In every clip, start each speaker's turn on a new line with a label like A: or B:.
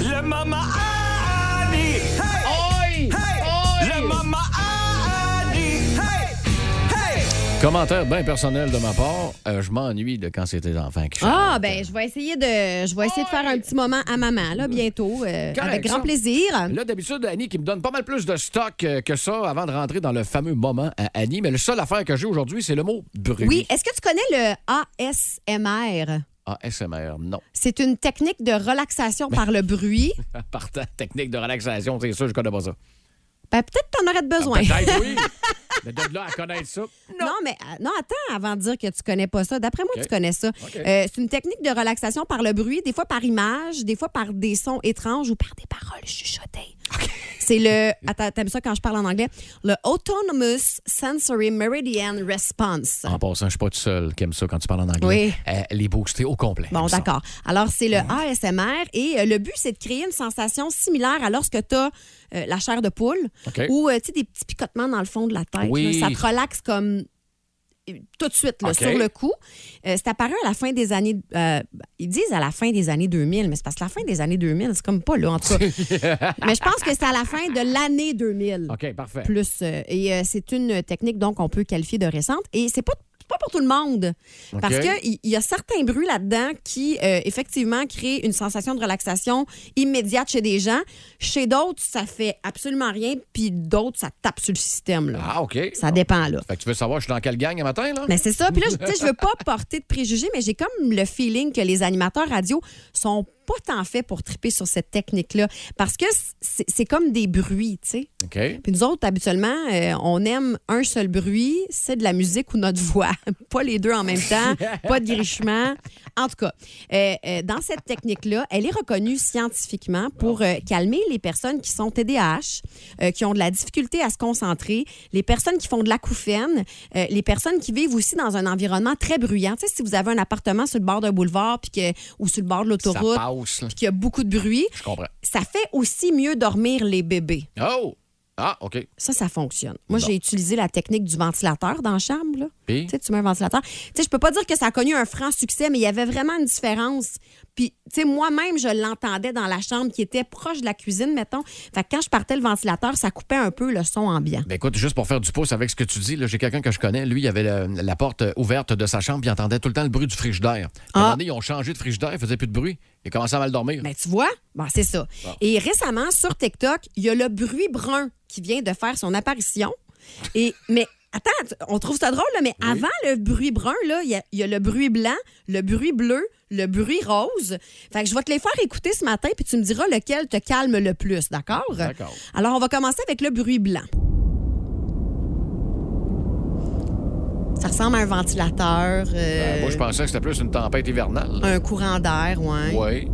A: Le Mama Annie. Hey! Hey! Le Mama Annie. Hey! Hey!
B: Commentaire bien personnel de ma part, euh, je m'ennuie de quand c'est tes enfants qui chantent.
C: Ah, ben, je vais essayer de, je vais essayer de faire un petit moment à maman, là, bientôt, euh,
B: Correct,
C: avec
B: ça.
C: grand plaisir.
B: Là, d'habitude, Annie qui me donne pas mal plus de stock euh, que ça avant de rentrer dans le fameux moment à Annie, mais le seul affaire que j'ai aujourd'hui, c'est le mot bruit.
C: Oui, est-ce que tu connais le ASMR?
B: Ah, ASMR, non.
C: C'est une technique de relaxation
B: Ben.
C: par le bruit.
B: Partant, technique de relaxation, c'est sûr, je connais pas ça. Ah,
C: Ben, peut-être t'en aurais de besoin.
B: Peut-être, oui. Mais de là à connaître ça,
C: Non, mais euh, non, attends avant de dire que tu connais pas ça. D'après moi,
B: OK.
C: tu connais ça.
B: OK.
C: Euh, c'est une technique de relaxation par le bruit, des fois par image, des fois par des sons étranges ou par des paroles chuchotées. C'est le. Attends, t'aimes ça quand je parle en anglais? Le Autonomous Sensory Meridian Response.
B: En passant, je suis pas tout seul qui aime ça quand tu parles en anglais.
C: Oui.
B: Euh, les boostés au complet.
C: Bon,
B: ils sont.
C: d'accord. Alors, c'est le ASMR et euh, le but, c'est de créer une sensation similaire à lorsque tu as la chair de poule
B: OK.
C: ou, euh, tu sais, des petits picotements dans le fond de la tête.
B: Oui.
C: là. ça te relaxe comme euh, tout de suite, là,
B: OK.
C: sur le coup. Euh, c'est apparu à la fin des années... euh, ils disent à la fin des années 2000, mais c'est parce que la fin des années 2000, c'est comme pas là, en tout cas. mais je pense que c'est à la fin de l'année 2000
B: OK, parfait.
C: plus. euh, et euh, c'est une technique donc qu'on peut qualifier de récente. Et c'est pas c'est pas pour tout le monde. Parce
B: OK.
C: qu'il y, y a certains bruits là-dedans qui, euh, effectivement, créent une sensation de relaxation immédiate chez des gens. Chez d'autres, ça fait absolument rien. Puis d'autres, ça tape sur le système. là.
B: Ah, OK.
C: Ça dépend, là.
B: Fait que tu veux savoir, je suis dans quelle gang le matin, là?
C: Mais c'est ça. Puis là, je- tu sais, je veux pas porter de préjugés, mais j'ai comme le feeling que les animateurs radio sont pas tant faits pour triper sur cette technique-là. Parce que c'est c'est comme des bruits, tu sais.
B: OK.
C: Puis nous autres, habituellement, euh, on aime un seul bruit, c'est de la musique ou notre voix. pas les deux en même temps, pas de grichement. En tout cas, euh, euh, dans cette technique-là, elle est reconnue scientifiquement pour euh, calmer les personnes qui sont TDAH, euh, qui ont de la difficulté à se concentrer, les personnes qui font de l'acouphène, euh, les personnes qui vivent aussi dans un environnement très bruyant. Tu sais, si vous avez un appartement sur le bord d'un boulevard puis que, ou sur le bord de
B: Ça
C: l'autoroute,
B: passe, là.
C: puis qu'il y a beaucoup de bruit,
B: Je comprends.
C: ça fait aussi mieux dormir les bébés.
B: Oh! Ah, OK.
C: Ça, ça fonctionne. Moi,
B: Bon.
C: j'ai utilisé la technique du ventilateur dans la chambre. là.
B: Puis?
C: Tu sais, tu mets un ventilateur. Tu sais, je peux pas dire que ça a connu un franc succès, mais il y avait vraiment une différence. Puis, tu sais, moi-même, je l'entendais dans la chambre qui était proche de la cuisine, mettons. Fait que quand je partais le ventilateur, ça coupait un peu le son ambiant.
B: Ben écoute, juste pour faire du pouce avec ce que tu dis, là, j'ai quelqu'un que je connais. Lui, il avait le- la porte euh, ouverte de sa chambre, puis il entendait tout le temps le bruit du frigidaire. Puis À un
C: Ah.
B: moment donné, ils ont changé de frigidaire, il faisait plus de bruit. Il commençait à mal dormir.
C: Ben, tu vois, bon, c'est ça. Et récemment, sur TikTok, il y a le bruit brun qui vient de faire son apparition. Et, mais attends, tu- on trouve ça drôle, là, mais avant le bruit brun, là, il y, a- il y a le bruit blanc, le bruit bleu, le bruit rose. Fait que je vais te les faire écouter ce matin, puis tu me diras lequel te calme le plus, d'accord?
B: D'accord.
C: Alors, on va commencer avec le bruit blanc. Ça ressemble à un ventilateur, euh,
B: Euh, moi, je pensais que c'était plus une tempête hivernale.
C: un courant d'air, ouais.
B: Oui.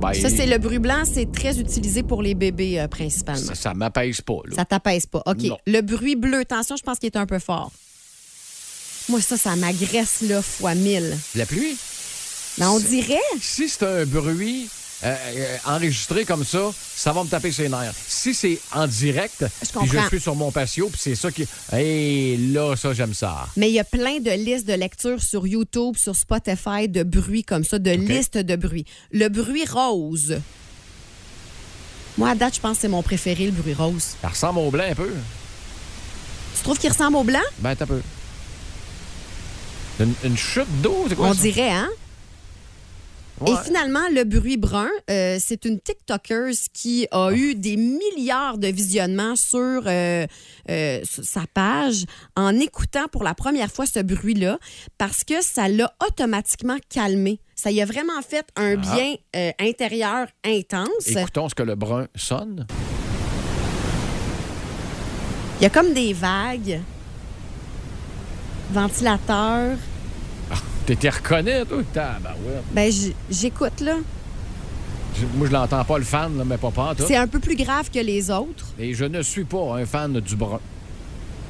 B: Ben,
C: Ça, c'est le bruit blanc, c'est très utilisé pour les bébés euh, principalement.
B: ça, ça m'apaise pas, là.
C: Ça t'apaise pas. OK.
B: Non.
C: Le bruit bleu, attention, je pense qu'il est un peu fort. Moi, ça, ça m'agresse, là, fois mille.
B: La pluie?
C: Mais on dirait.
B: Si c'est un bruit euh, euh, enregistré comme ça, ça va me taper ses nerfs. Si c'est en direct, puis je
C: comprends.
B: suis sur mon patio, puis c'est ça qui... Hé, là, ça, j'aime ça.
C: Mais il y a plein de listes de lectures sur YouTube, sur Spotify, de bruits comme ça, de listes de bruits. Le bruit rose. Moi, à date, je pense que c'est mon préféré, le bruit rose.
B: Ça ressemble au blanc un peu.
C: Tu trouves qu'il ressemble au blanc?
B: Ben, t'as peu. Une, une chute d'eau, c'est quoi
C: On
B: ça?
C: dirait, hein?
B: Ouais.
C: Et finalement, le bruit brun, euh, c'est une TikToker qui a
B: Ah.
C: eu des milliards de visionnements sur euh, euh, sur sa page en écoutant pour la première fois ce bruit-là parce que ça l'a automatiquement calmé. Ça y a vraiment fait
B: Ah.
C: un bien euh, intérieur intense.
B: Écoutons ce que le brun sonne.
C: Il y a comme des vagues, ventilateur.
B: T'étais reconnu, toi? Tabarouette.
C: Ben, j- j'écoute, là.
B: Je- Moi, je l'entends pas, le fan, là, mais pas pas, toi.
C: C'est un peu plus grave que les autres.
B: Et je ne suis pas un fan du brun.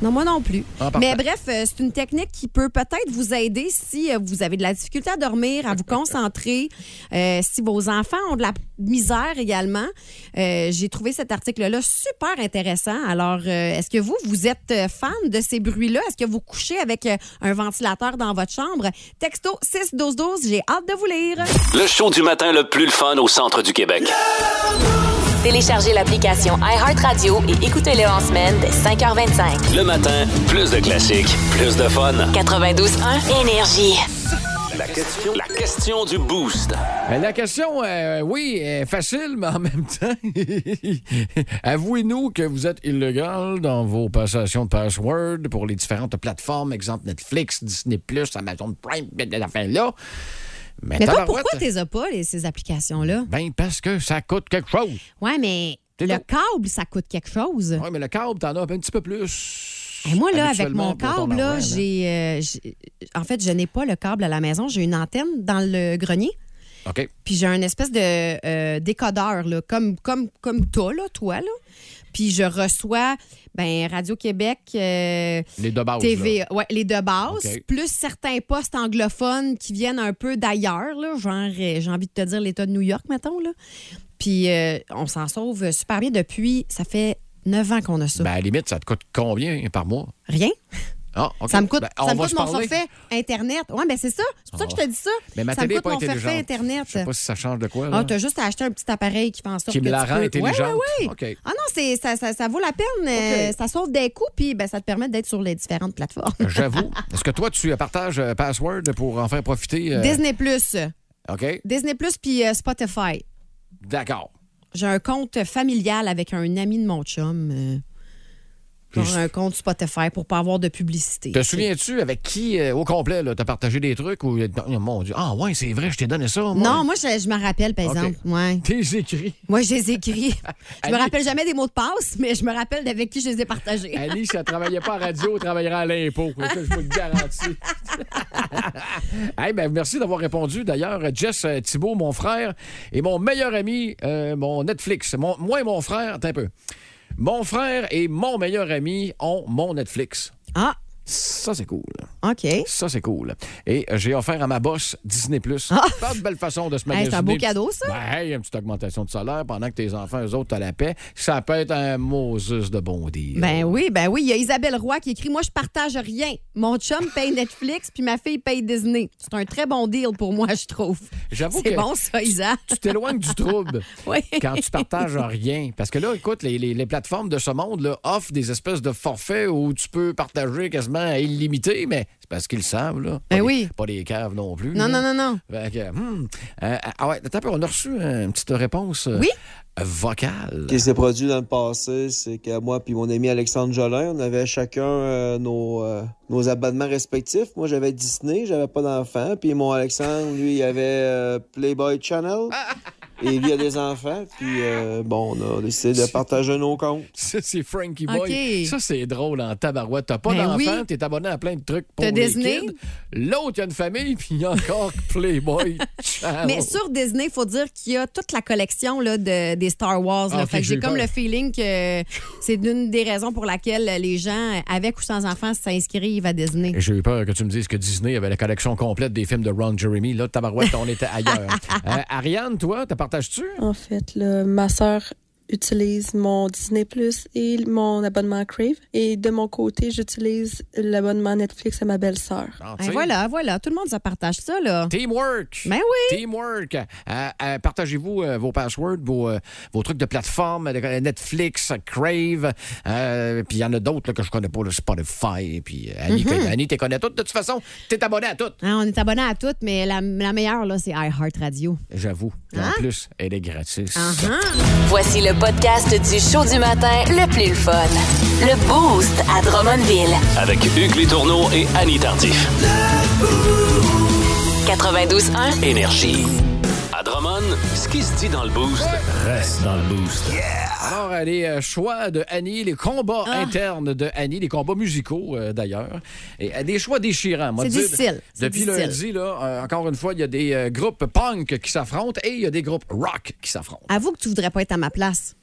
C: Non, moi non plus.
B: Ah, parfait.
C: Mais bref, euh, c'est une technique qui peut peut-être vous aider si euh, vous avez de la difficulté à dormir, à vous concentrer, euh, si vos enfants ont de la misère également. Euh, J'ai trouvé cet article-là super intéressant. Alors, euh, est-ce que vous, vous êtes euh, fan de ces bruits-là? Est-ce que vous couchez avec euh, un ventilateur dans votre chambre? Texto 6-12-12, j'ai hâte de vous lire.
D: Le show du matin le plus le fun au centre du Québec.
E: Téléchargez l'application iHeartRadio et écoutez-le en semaine dès 5h25.
D: Le matin, plus de classiques, plus de fun.
E: 92.1 Énergie.
D: La question, la question du boost.
B: Euh, La question, euh, oui, est facile, mais en même temps, avouez-nous que vous êtes illégal dans vos passations de password pour les différentes plateformes, exemple Netflix, Disney+, Amazon Prime, ben, l'affaire là.
C: Mais toi,
B: tabarouette,
C: pourquoi t'es as pas, les- ces applications-là?
B: Ben, parce que ça coûte quelque chose.
C: Ouais, mais
B: T'es
C: le
B: là.
C: câble, ça coûte quelque chose.
B: Oui, mais le câble, t'en as un petit peu plus.
C: Et moi, là, avec
B: habituellement
C: mon
B: pour ton
C: câble, là,
B: argent,
C: j'ai, euh, j'ai- En fait, je n'ai pas le câble à la maison. J'ai une antenne dans le grenier.
B: OK.
C: Puis j'ai un espèce de euh, décodeur, là, comme, comme, comme toi, là, toi, là. Puis je reçois ben, Radio-Québec, euh,
B: Les deux bases. là.
C: TV, ouais, les deux bases,
B: OK.
C: plus certains postes anglophones qui viennent un peu d'ailleurs, là, genre, euh, j'ai envie de te dire l'État de New York, mettons. Là. Puis euh, on s'en sauve super bien depuis, ça fait neuf ans qu'on a ça.
B: Ben, à la limite, ça te coûte combien par mois?
C: Rien.
B: Ah, OK.
C: Ça me coûte,
B: Ben, on
C: ça me
B: va
C: coûte
B: se
C: mon
B: parler.
C: forfait Internet. Oui, mais c'est ça. C'est pour ça que je te dis ça.
B: Mais ma
C: ça
B: télé
C: me
B: est
C: coûte
B: pas
C: mon forfait
B: intelligente.
C: Internet.
B: Je sais pas si ça change de quoi.
C: Ah,
B: Là.
C: t'as juste à acheter un petit appareil qui fait en sorte
B: Qui me
C: que
B: la
C: tu
B: rend
C: peux-
B: intelligente.
C: Ouais, ouais, ouais.
B: OK.
C: Ah non, c'est, ça, ça, ça vaut la peine. Euh,
B: OK.
C: ça sauve des coûts, puis ben, ça te permet d'être sur les différentes plateformes.
B: J'avoue. Est-ce que toi, tu euh, partages euh, Password pour en faire profiter? euh,
C: Disney+, Plus,
B: OK.
C: Disney+, Plus puis euh, Spotify.
B: D'accord.
C: J'ai un compte familial avec un ami de mon chum. euh, genre
B: Juste.
C: un compte Spotify pour pas avoir de publicité.
B: Te souviens-tu avec qui, euh, au complet, là, t'as partagé des trucs ou. Oh, mon Dieu. Ah, ouais, c'est vrai, je t'ai donné ça. moi.
C: Non, moi, je, je me rappelle, par
B: OK.
C: exemple. Ouais.
B: Tes écrits.
C: Moi, je les écris. Je me
B: Annie-
C: rappelle jamais des mots de passe, mais je me rappelle d'avec qui je les ai partagés.
B: Alice, elle travaillait pas à radio, elle travaillera à l'impôt. Ça, Je vous le garantis. hey, ben, merci d'avoir répondu. D'ailleurs, Jess euh, Thibault, mon frère, et mon meilleur ami, euh, mon Netflix. Mon- moi et mon frère, attends un peu. Mon frère et mon meilleur ami ont mon Netflix.
C: Ah,
B: Ça, c'est cool.
C: OK. Hey,
B: Ça, c'est cool. Et euh, j'ai offert à ma boss Disney+. Pas de belle façon de se magasiner.
C: Ah! c'est un beau cadeau, ça.
B: Ben, hey, une petite augmentation de salaire pendant que tes enfants, eux autres, à la paix. Ça peut être un Moses de bon deal.
C: Ben oui, ben oui. Il y a Isabelle Roy qui écrit Moi, je partage rien. Mon chum paye Netflix, puis ma fille paye Disney. C'est un très bon deal pour moi, je trouve.
B: J'avoue
C: C'est
B: que-
C: bon, ça, Isa.
B: tu t'éloignes du trouble
C: Oui.
B: quand tu partages rien. Parce que là, écoute, les, les- les plateformes de ce monde là, offrent des espèces de forfaits où tu peux partager quasiment à illimité, mais c'est parce qu'ils le savent. Là. Pas
C: Ben
B: des-
C: oui.
B: Pas des caves non plus.
C: Non,
B: là.
C: non, non, non.
B: Fait que, hmm. Euh, ah ouais, attends, un peu, on a reçu une petite réponse euh,
C: Oui?
B: vocale.
F: Ce qui s'est produit dans le passé, c'est que moi puis mon ami Alexandre Jolin, on avait chacun euh, nos, euh, nos abonnements respectifs. Moi, j'avais Disney, j'avais pas d'enfants. Puis mon Alexandre, lui, il avait euh, Playboy Channel. Et lui, il a des enfants. Puis, euh, bon, on a décidé de partager nos comptes.
B: Ça, c'est Frankie Boy.
C: OK.
B: Ça, c'est drôle en tabarouette. T'as pas
C: Ben
B: d'enfant,
C: oui.
B: t'es abonné à plein de trucs pour
C: T'as
B: les
C: Disney.
B: kids. L'autre, il a une famille, puis il y a encore Playboy Channel.
C: Mais sur Disney, il faut dire qu'il y a toute la collection là, de, des Star Wars. là.
B: Ah, ok,
C: fait que
B: j'ai
C: j'ai comme
B: peur.
C: le feeling que c'est l'une des raisons pour laquelle les gens, avec ou sans enfants, s'inscrivent à Disney.
B: Et J'ai eu peur que tu me dises que Disney avait la collection complète des films de Ron Jeremy. Là, tabarouette, on était ailleurs. Euh, Ariane, toi, t'as partages-tu?
C: Ben
G: En fait, là, ma sœur utilise mon Disney Plus et mon abonnement Crave. Et de mon côté, j'utilise l'abonnement Netflix à ma belle-sœur.
B: Ah, tu
C: Ben
B: sais,
C: voilà, voilà. Tout le monde se partage ça, là.
B: Teamwork!
C: Ben oui.
B: Teamwork! Euh, euh, Partagez-vous euh, vos passwords, vos, euh, vos trucs de plateforme, euh, Netflix, Crave, euh, puis il y en a d'autres là, que je connais pas, le Spotify, puis euh,
C: Mhm.
B: Annie, Annie, t'es connais toutes. De toute façon, t'es abonné à toutes.
C: Hein, on est abonné à toutes, mais la, la meilleure, là, c'est iHeartRadio.
B: J'avoue. Et
C: Hein?
B: En plus, elle est gratis.
C: Ah. Uh-huh.
E: Voici le podcast du show du matin le plus le fun. Le Boost à Drummondville.
D: Avec Hugues Létourneau et Annie Tardif.
E: 92.1.
D: Énergie. À Drummond, ce qui se dit dans le boost reste dans le boost.
B: Alors, euh, les euh, choix de Annie, les combats
C: Ah.
B: internes de Annie, les combats musicaux euh, d'ailleurs, et euh, des choix déchirants. moi,
C: C'est
B: dire,
C: difficile, c'est
B: Depuis
C: difficile.
B: lundi, là, euh, encore une fois, il y a des euh, groupes punk qui s'affrontent et il y a des groupes rock qui s'affrontent.
C: Avoue que tu voudrais pas être à ma place.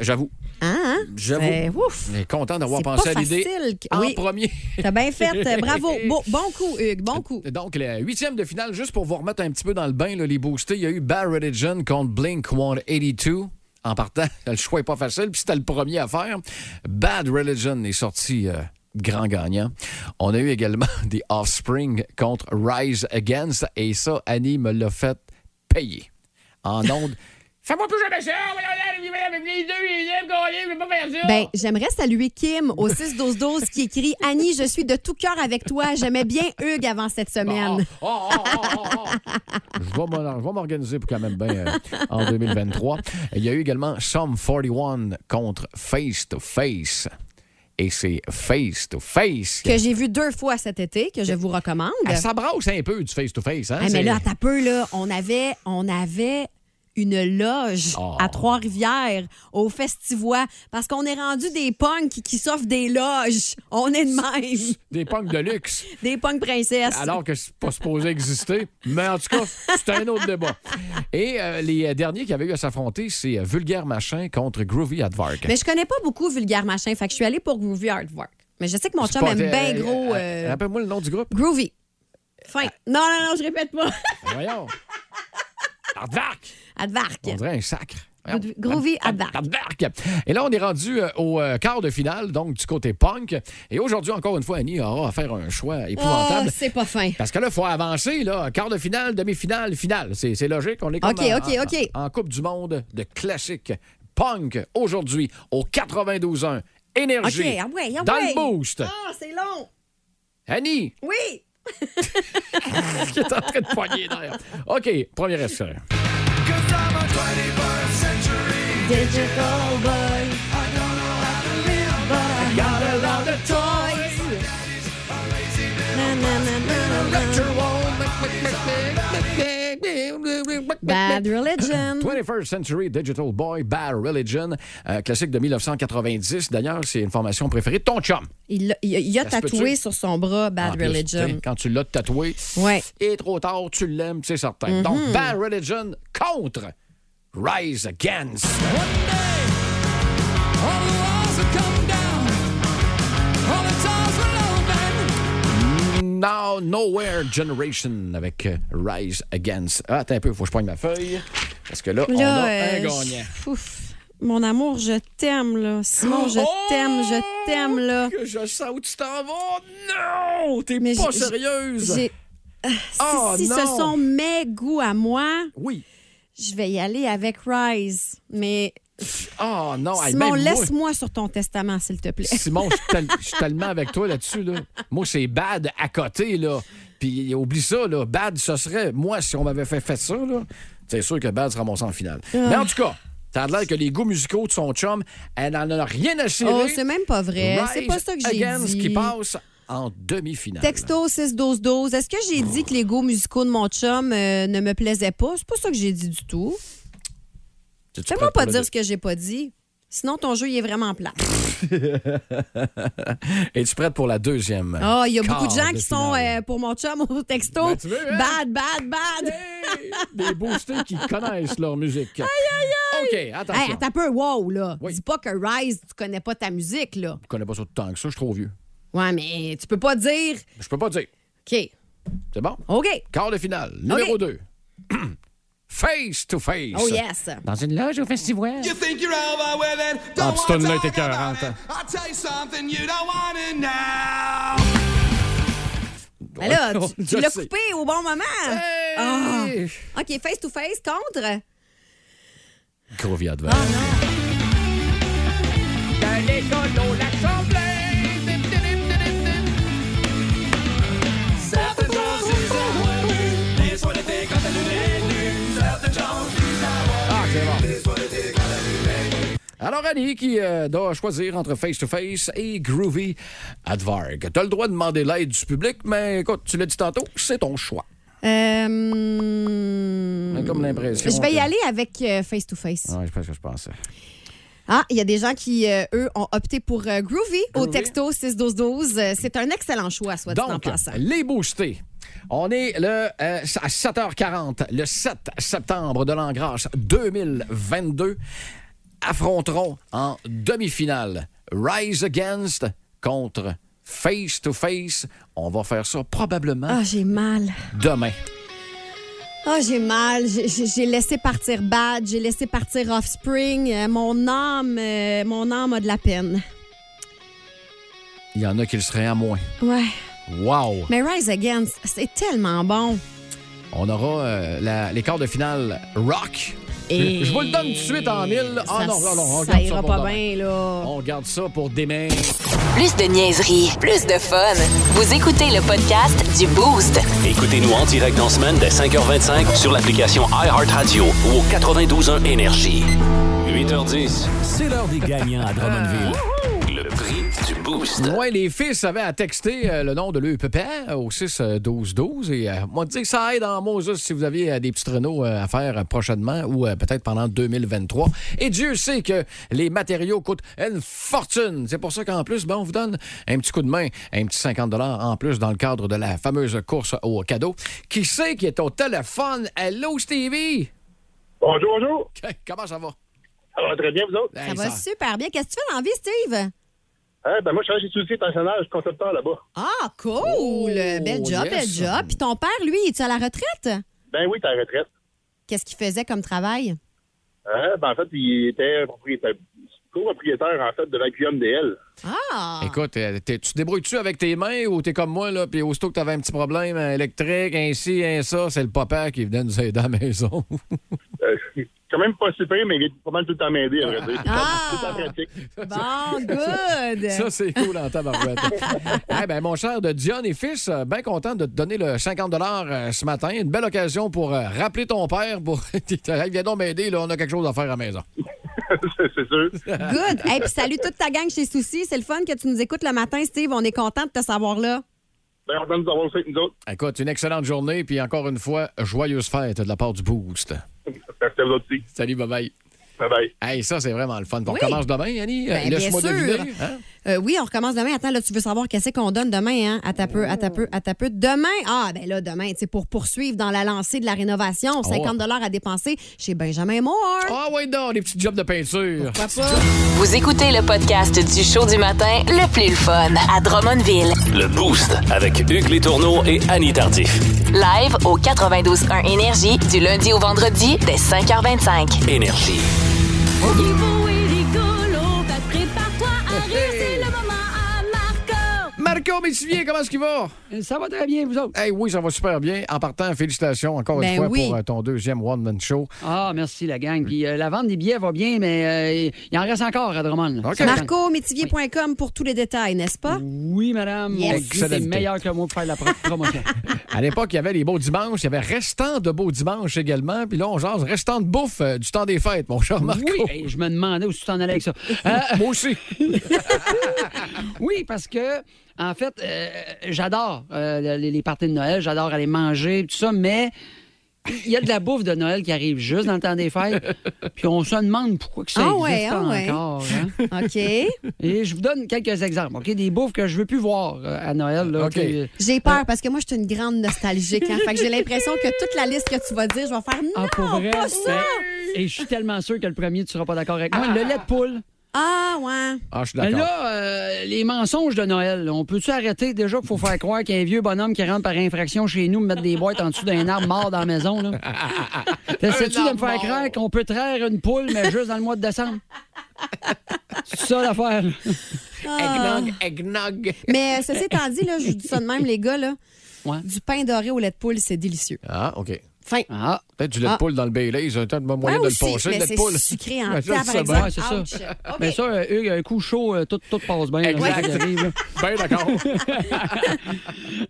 B: J'avoue.
C: Hein? hein?
B: J'avoue.
C: Ben, ouf.
B: On est content d'avoir
C: C'est
B: pensé
C: pas
B: à l'idée
C: facile que-
B: en
C: oui.
B: premier.
C: T'as bien fait. euh, Bravo. Bon, bon coup, Hugues. Bon coup.
B: Donc, le huitième de finale, juste pour vous remettre un petit peu dans le bain, là, les boostés, il y a eu Bad Religion contre Blink 182. En partant, le choix n'est pas facile, puis c'était le premier à faire. Bad Religion est sorti euh, grand gagnant. On a eu également des Offspring contre Rise Against, et ça, Annie me l'a fait payer. En ondes. Fais-moi plus jamais ça! voyons, les deux, les deux, gagner, je vais pas faire ça!
C: Ben, j'aimerais saluer Kim au 6-12-12 qui écrit Annie, je suis de tout cœur avec toi. J'aimais bien Hugues avant cette semaine.
B: Oh, oh, oh, oh, oh, oh. Je vais m'or- je vais m'organiser pour quand même bien euh, en 2023. Il y a eu également Somme 41 contre Face to Face. Et c'est Face to Face.
C: Que j'ai vu deux fois cet été, que je vous recommande.
B: Ah, Ça brasse un peu du Face to Face. Hein?
C: Ah, mais
B: C'est-
C: là, t'as peu, là, on avait, on avait une loge
B: Oh.
C: à Trois-Rivières au Festivois parce qu'on est rendu des punks qui s'offrent des loges. On est de même.
B: Des punks de luxe,
C: Des punks princesses.
B: alors que c'est pas supposé exister. Mais en tout cas, c'est un autre débat. Et euh, les euh, derniers qui avaient eu à s'affronter, c'est euh, Vulgaire Machin contre Groovy Advark.
C: Mais je connais pas beaucoup Vulgaire Machin, fait que je suis allée pour Groovy Artwork. Mais je sais que mon chum aime bien gros euh,
B: Rappelle-moi le nom du groupe.
C: Groovy.
B: euh,
C: Fin. Non, non, non, je répète pas.
B: Voyons. Advark!
C: Advark.
B: On dirait un sacre.
C: Groovy- Groovy Advark.
B: Advark. Et là, on est rendu euh, au euh, quart de finale, donc du côté punk. Et aujourd'hui, encore une fois, Annie aura à faire un choix
C: Oh,
B: épouvantable.
C: c'est pas fin.
B: parce que là, il faut avancer, là. Quart de finale, demi-finale, finale. C'est c'est logique. On est comme
C: OK,
B: en-
C: OK,
B: en-
C: OK.
B: En, Coupe du Monde de classique punk aujourd'hui au 92-1. Énergie.
C: OK, ah ouais, ah
B: dans
C: ouais.
B: le boost.
C: Ah, c'est long.
B: Annie,
C: Oui.
B: qui est en train de poigner d'air. OK, premier essai.
C: Digital boy. Na, na, na, na, na, na. Bad religion.
B: 21st Century Digital Boy Bad Religion, euh, classique de 1990. D'ailleurs, c'est une formation préférée de ton chum.
C: Il l'a- il a, il a
B: Ça se
C: tatoué
B: peut-tu? Ah,
C: sur son bras Bad
B: En plus, t'sais,
C: religion.
B: Quand tu l'as tatoué,
C: Ouais. Mm-hmm.
B: et trop tard, tu l'aimes, c'est certain. Donc, Bad Religion contre Rise Against. Now, Nowhere Generation avec euh, Rise Against. Ah, attends un peu, il faut que je poigne ma feuille. Parce que là, on a
C: euh,
B: un gagnant.
C: je- ouf. Mon amour, je t'aime, là. Simon, je t'aime, je t'aime, là.
B: Oh, Que je sens où tu t'en vas. Non! T'es
C: Mais
B: pas
C: j'ai-
B: sérieuse!
C: J'ai- Ah, si-
B: Oh,
C: si ce
B: non.
C: sont mes goûts à moi,
B: Oui.
C: je vais y aller avec Rise. Mais
B: Oh non, hey,
C: Simon,
B: même moi-
C: laisse-moi sur ton testament, s'il te plaît.
B: Simon, je suis tel- je suis tellement avec toi là-dessus. Là. Moi, c'est bad à côté. là. Puis oublie ça, là. bad, ce serait moi si on m'avait fait, fait ça. là. C'est sûr que bad sera mon sang final.
C: Ah.
B: Mais en tout cas, t'as l'air que les goûts musicaux de son chum, elle n'en a rien à cirer.
C: Oh, c'est même pas vrai.
B: Rise
C: C'est pas ça que j'ai
B: Against
C: dit.
B: qui passe en demi-finale.
C: Texto 6-12-12. Est-ce que j'ai dit que les goûts musicaux de mon chum euh, ne me plaisaient pas? C'est pas ça que j'ai dit du tout.
B: T'es-tu
C: Fais-moi
B: prête
C: pas
B: pour le
C: dire ce que j'ai pas dit. Sinon, ton jeu, il est vraiment plat.
B: Es-tu prête pour la deuxième?
C: Oh, il y a beaucoup
B: quart
C: de gens
B: de
C: qui sont
B: finale?
C: euh, pour mon chum au texto.
B: Ben, tu veux, hein?
C: Bad, bad, bad.
B: Hey! Des boostés qui connaissent leur musique. Aïe, aïe, OK, attention.
C: Hey, attends un peu, wow, là.
B: Oui.
C: Dis pas que Rise, tu connais pas ta musique, là.
B: Je connais pas ça tant que ça, je suis trop vieux.
C: Ouais, mais tu peux pas dire.
B: Je peux pas dire.
C: OK.
B: C'est bon?
C: OK.
B: Quart de finale, numéro 2. face to face.
C: Oh, yes.
B: Dans une loge au festival.
H: You think you're over with it?
B: Ah,
H: Don't
B: puis ce
H: wanna
B: tune-là
H: talk
B: était écœurant,
H: about it.
B: hein.
H: I'll tell you something you don't wanna know.
C: Ben là, tu, tu
B: Je
C: l'as
B: sais.
C: coupé au bon moment.
B: Oh,
C: Ah.
B: Hey!
C: OK, face to face contre.
B: Gros viade vert. Ah, c'est bon. Alors, Annie, qui euh, doit choisir entre face-to-face et groovy advarg. T'as le droit de demander l'aide du public, mais écoute, tu l'as dit tantôt, c'est ton choix.
C: Euh,
B: J'ai comme l'impression.
C: je vais y
B: que-
C: aller avec euh, face to face.
B: Ouais, je pense que je pensais.
C: Ah, il y a des gens qui, euh, eux, ont opté pour euh, groovy, au
B: Groovy.
C: texto 6-12-12. Euh, C'est un excellent choix, soit dit en
B: Donc,
C: passant.
B: les boostés. On est le, euh, à 7h40, le 7 septembre de l'an grâce 2022. affronteront en demi-finale Rise Against contre Face to Face. On va faire ça probablement
C: Ah, j'ai mal.
B: demain.
C: Ah, j'ai mal. J'ai- J'ai j'ai laissé partir Bad, j'ai laissé partir Offspring. Euh, mon âme, euh, mon âme a de la peine.
B: Il y en a qui le seraient à moins.
C: Ouais.
B: Wow!
C: Mais Rise Against, c'est tellement bon.
B: On aura euh, la- les quarts de finale Rock. Je- Je vous le donne tout de suite en mille. Ah
C: ça,
B: non, non, non, on
C: ça
B: regarde ça,
C: ira
B: pour
C: pas
B: demain. Oh,
C: bien, là.
B: On garde ça pour demain.
E: Plus de niaiserie, plus de fun. Vous écoutez le podcast du Boost.
D: Écoutez-nous en direct dans la semaine dès 5h25 sur l'application iHeartRadio ou au 92.1 Énergie. 8h10, c'est l'heure des gagnants à Drummondville. Le prix du
C: Euh,
D: Boost.
B: Ouais, les fils avaient à texter euh, le nom de leur pépère au 6-12-12 et euh, moi, dit que ça aide en Moses si vous avez euh, des petits Renault à faire euh, prochainement ou euh, peut-être pendant 2023. Et Dieu sait que les matériaux coûtent une fortune. C'est pour ça qu'en plus, ben, on vous donne un petit coup de main, un petit 50 en plus dans le cadre de la fameuse course au cadeau. Qui sait qui est au téléphone? Hello, Stevie!
I: Bonjour, bonjour.
B: Comment ça va?
I: Ça va très bien, vous autres?
C: Ça
B: Hey,
C: va super bien. Qu'est-ce que tu fais dans la vie, Steve?
I: Eh, ben, moi, je travaille chez Soulcy Pensionnaire, je suis concepteur là-bas.
C: Ah, cool!
B: Oh,
C: bel job,
B: yes.
C: bel job. Puis ton père, lui, est-tu à la retraite?
I: Ben oui, t'es à la retraite.
C: Qu'est-ce qu'il faisait comme travail?
I: Hein? Ben, en fait, il était propriétaire, copropriétaire, en fait, de l'Aquium DL.
C: Ah!
B: Écoute, euh, t'es- tu te débrouilles-tu avec tes mains ou t'es comme moi, là, puis aussitôt que t'avais un petit problème euh, électrique, ainsi, un ça, c'est le papa qui venait nous aider à la maison.
I: Euh, c'est quand même pas super, mais il est pas mal tout le temps m'aider, à vrai dire.
C: Ah!
I: Tout le temps pratique.
C: Bon, good!
B: ça, c'est cool en tabarouette. Eh ben, mon cher de Dion et fils, bien content de te donner le 50 euh, ce matin. Une belle occasion pour euh, rappeler ton père pour... Hey, Viens donc m'aider, là, on a quelque chose à faire à la maison.
I: C'est- c'est sûr.
C: Good! Et puis salut toute ta gang chez Souci. C'est le fun que tu nous écoutes le matin, Steve. On est content de te savoir là.
I: Ben, on va nous avoir ça avec nous autres.
B: Écoute, une excellente journée, puis encore une fois, joyeuse fête de la part du Boost.
I: Merci à vous autres aussi.
B: Salut, bye-bye.
I: Bye-bye.
B: Hey, ça, c'est vraiment le fun. On
C: Oui.
B: commence demain, Annie? Euh,
C: Ben,
B: Laisse-moi
C: bien sûr.
B: deviner. hein?
C: Euh, oui, on recommence demain. Attends, là, tu veux savoir qu'est-ce qu'on donne demain, hein? À ta peu, à ta peu, à ta peu. Demain, ah, ben là, demain, c'est pour poursuivre dans la lancée de la
B: Oh.
C: rénovation. 50 à dépenser chez Benjamin Moore.
B: Ah ouais, non, les petits jobs de peinture.
C: Pourquoi pas?
E: Vous écoutez le podcast du show du matin le plus le fun à Drummondville.
D: Le Boost avec Hugues Létourneau et Annie Tardif.
E: Live au 92.1 Énergie du lundi au vendredi dès 5h25.
D: Énergie.
B: Marco Métivier, comment est-ce qu'il va?
C: Euh,
J: Ça va très bien, vous autres.
B: Hey, oui, ça va super bien. En partant, félicitations encore une
C: Ben
B: fois
C: oui.
B: pour euh, ton deuxième One Man Show.
J: Ah, merci, la gang. Puis euh, la vente des billets va bien, mais euh, il en reste encore à Drummond. là.
B: OK.
J: Ça-
C: MarcoMétivier.com pour tous les détails, n'est-ce pas?
J: Oui, madame.
C: Yes.
J: C'est
B: Excellente.
J: meilleur que moi pour faire la pro- promotion.
B: À l'époque, il y avait les beaux dimanches, il y avait restant de beaux dimanches également. Puis là, on jase restant de bouffe euh, du temps des fêtes, mon cher Marco. Hein?
J: Oui, hey, je me demandais où tu t'en allais avec ça. Euh,
B: Moi aussi.
J: oui, parce que, en fait, euh, j'adore euh, les, les parties de Noël, j'adore aller manger, tout ça, mais il y a de la bouffe de Noël qui arrive juste dans le temps des fêtes, puis on se demande pourquoi que ça
C: Ah
J: existe
C: ouais, ah ouais.
J: encore. hein.
C: OK.
J: Et je vous donne quelques exemples, OK? Des bouffes que je veux plus voir euh, à Noël. Là,
B: OK.
J: tu sais.
C: J'ai
J: Ah.
C: peur parce que moi, je suis une grande nostalgique. hein. Fait que j'ai l'impression que toute la liste que tu vas dire, je vais faire non,
J: Ah, pour vrai?
C: pas ça.
J: Ben, et je suis tellement sûr que le premier, tu seras pas d'accord avec moi. Le lait de poule.
C: Ah, ouais.
B: Ah, je suis
J: Mais
B: d'accord.
J: là, euh, les mensonges de Noël, là, on peut-tu arrêter déjà qu'il faut faire croire qu'un vieux bonhomme qui rentre par infraction chez nous me mettre des boîtes en dessous d'un arbre mort dans la maison? là? T'essaies-tu de me faire croire qu'on peut traire une poule, mais juste dans le mois de décembre? C'est ça l'affaire. là.
B: Eggnog, eggnog.
C: Ah. Mais euh, ceci étant dit, là, je vous dis ça de même, les gars, là.
J: Ouais.
C: Du pain doré au lait de poule, c'est délicieux.
B: Ah, OK.
C: Fin.
J: Ah,
B: Peut-être du lait de
C: Ah.
B: poule dans le Bailey. Ils ont peut-être pas moyen
C: Ouais,
B: de
C: aussi,
B: le passer,
C: mais
B: le lait de
C: c'est
B: poule.
C: sucré en
B: Ben, je le
C: tabarnak,
B: sais bien.
J: ouais, c'est ça.
C: Ouch. OK.
J: Mais ça, euh, Hugues, un coup chaud, euh, tout, tout passe bien. là,
B: Exact.
J: ça qui arrive, là.
B: Ben, d'accord.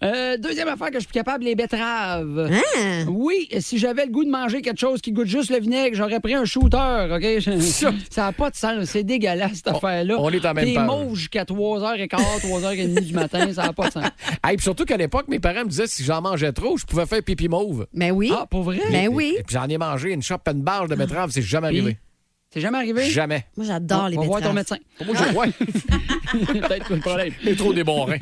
J: Euh, deuxième affaire que je suis plus capable, les betteraves.
C: Hein?
J: Oui, si j'avais le goût de manger quelque chose qui goûte juste le vinaigre, j'aurais pris un shooter, OK? ça n'a pas de sens. C'est dégueulasse, cette affaire-là.
B: on est en même
J: T'es
B: page.
J: mauve jusqu'à 3h15, 3h30 du matin, ça n'a pas de sens.
B: Hey, puis surtout qu'à l'époque, mes parents me disaient si j'en mangeais trop, je pouvais faire pipi mauve.
C: Mais oui.
J: Ah, pour vrai?
C: Ben oui.
B: Et puis j'en ai mangé une chope une barge de betterave, c'est jamais
J: Puis,
B: arrivé.
J: C'est jamais arrivé?
B: Jamais.
C: Moi, j'adore
J: On
C: les
J: va voir ton
C: betteraves.
J: médecin.
B: Moi, je ouais.
J: Peut-être pas le problème.
B: J'ai trop des bons reins.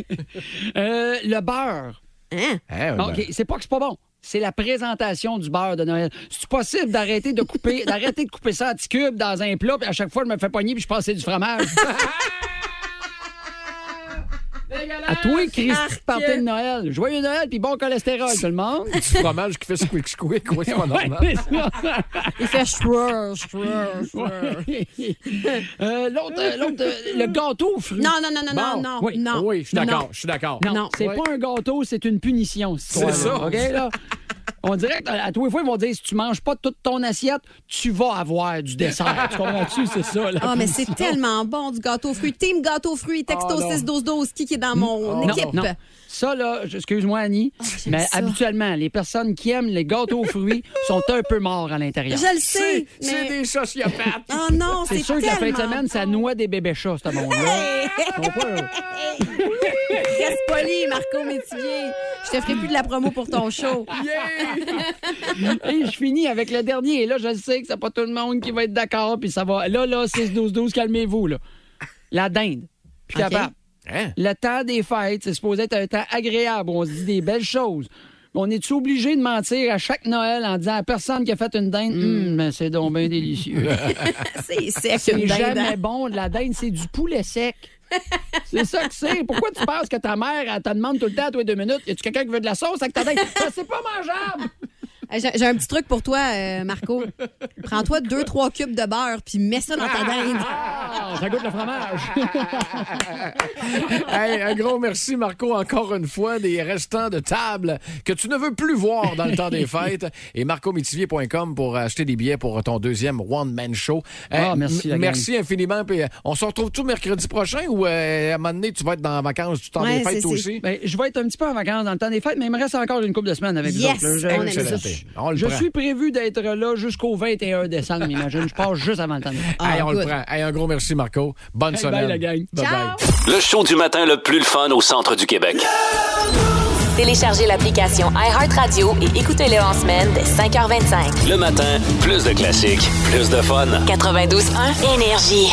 J: Euh, le beurre.
C: Hein?
B: Hein,
J: Ah, OK, c'est pas que c'est pas bon. c'est la présentation du beurre de Noël. C'est possible d'arrêter de couper, d'arrêter de couper ça en petits cubes dans un plat, puis à chaque fois, je me fais pogner, puis je pense que c'est du fromage. À toi, Christy, partie de Noël. Joyeux Noël, puis bon cholestérol, tout le monde. bah.
B: Du fromage qui fait squick squick, ouais, c'est
J: Ouais,
B: pas normal.
J: c'est ça.
C: Il fait shreur, shreur, shreur.
J: Euh, L'autre, euh, l'autre, euh, le gâteau aux fruits.
C: Non, non, non, non,
B: Bon,
C: non, non.
J: oui,
C: non.
B: Oui, je suis d'accord, je suis d'accord.
J: Non,
C: Non.
J: c'est
B: Ouais.
J: pas un gâteau, c'est une punition. cette
B: C'est
J: histoire-là.
B: ça.
J: OK, là? On dirait qu'à à tous les fois, ils vont dire si tu manges pas toute ton assiette, tu vas avoir du dessert. tu comprends-tu? C'est ça. la
C: Ah, mais c'est
J: punition.
C: tellement bon du gâteau aux fruits. Team gâteau aux fruits, texto
B: Ah, non.
C: 6-12-12, qui qui est dans mon
J: Mm. Non,
C: équipe? Ah,
J: non. Ça, là, je- excuse-moi, Annie,
C: j'aime
J: mais
C: ça.
J: habituellement, les personnes qui aiment les gâteaux aux fruits sont un peu morts à l'intérieur.
C: Je le
B: C'est
C: sais,
B: c'est
C: mais...
B: des sociopathes.
C: Oh non, c'est
J: C'est sûr que la fin de
C: tellement...
J: semaine, ça noie des bébés chats, ce monde-là. Ils sont pas-
C: Reste poli, Marco Métivier. Je te ferai plus de la promo pour ton show.
J: Et je finis avec le dernier. Et là, je sais que c'est pas tout le monde qui va être d'accord. Puis ça va. Là, là, 6-12-12, calmez-vous. Là. La dinde. Puis
C: OK.
J: capable.
B: Hein?
J: Le temps des fêtes, c'est supposé être un temps agréable. où On se dit des belles choses. Mais On est obligé de mentir à chaque Noël en disant à personne qui a fait une dinde, Hum, mais c'est donc bien délicieux.
C: Mm. C'est sec,
J: C'est
C: une dinde,
J: jamais
C: hein?
J: bon de la dinde, c'est du poulet sec. C'est ça que c'est. Pourquoi tu penses que ta mère, elle te demande tout le temps, toi, deux minutes, y a-tu quelqu'un qui veut de la sauce avec ta dinde? Ben, c'est pas mangeable!
C: Euh, J'ai j'ai un petit truc pour toi, euh, Marco. Prends-toi deux, trois cubes de beurre, puis mets ça dans ta dinde.
J: Ah, ça goûte le fromage.
B: Hey, un gros merci, Marco, encore une fois, des restants de table que tu ne veux plus voir dans le temps des fêtes. Et marcomitivier.com pour acheter des billets pour ton deuxième One Man Show. Euh,
J: Ah, merci, la gang.
B: merci infiniment. Puis, euh, on se retrouve tout mercredi prochain ou euh, à un moment donné, tu vas être dans les vacances du temps
C: Ouais,
B: des fêtes
C: c'est-
B: toi
C: c'est-
B: aussi?
J: Ben, je vais être un petit peu en vacances dans le temps des fêtes, mais il me reste encore une couple de semaines avec vous
C: Yes,
J: autres, là.
C: on aime
J: Je-
C: ça.
J: Je,
B: On le
J: je
B: prend.
J: suis prévu d'être là jusqu'au 21 décembre, imagine. Je pars juste avant le temps des fêtes.
C: Ah,
B: Hey, on le
C: good.
B: prend. Hey, un gros merci, Marco. Bonne
J: Hey, bye,
B: semaine.
J: la gang.
B: Bye-bye.
C: Ciao!
D: Le show du matin le plus le fun au centre du Québec.
E: Téléchargez l'application iHeartRadio et écoutez-le en semaine dès 5h25.
D: Le matin, plus de classiques, plus de fun.
E: 92.1 Énergie.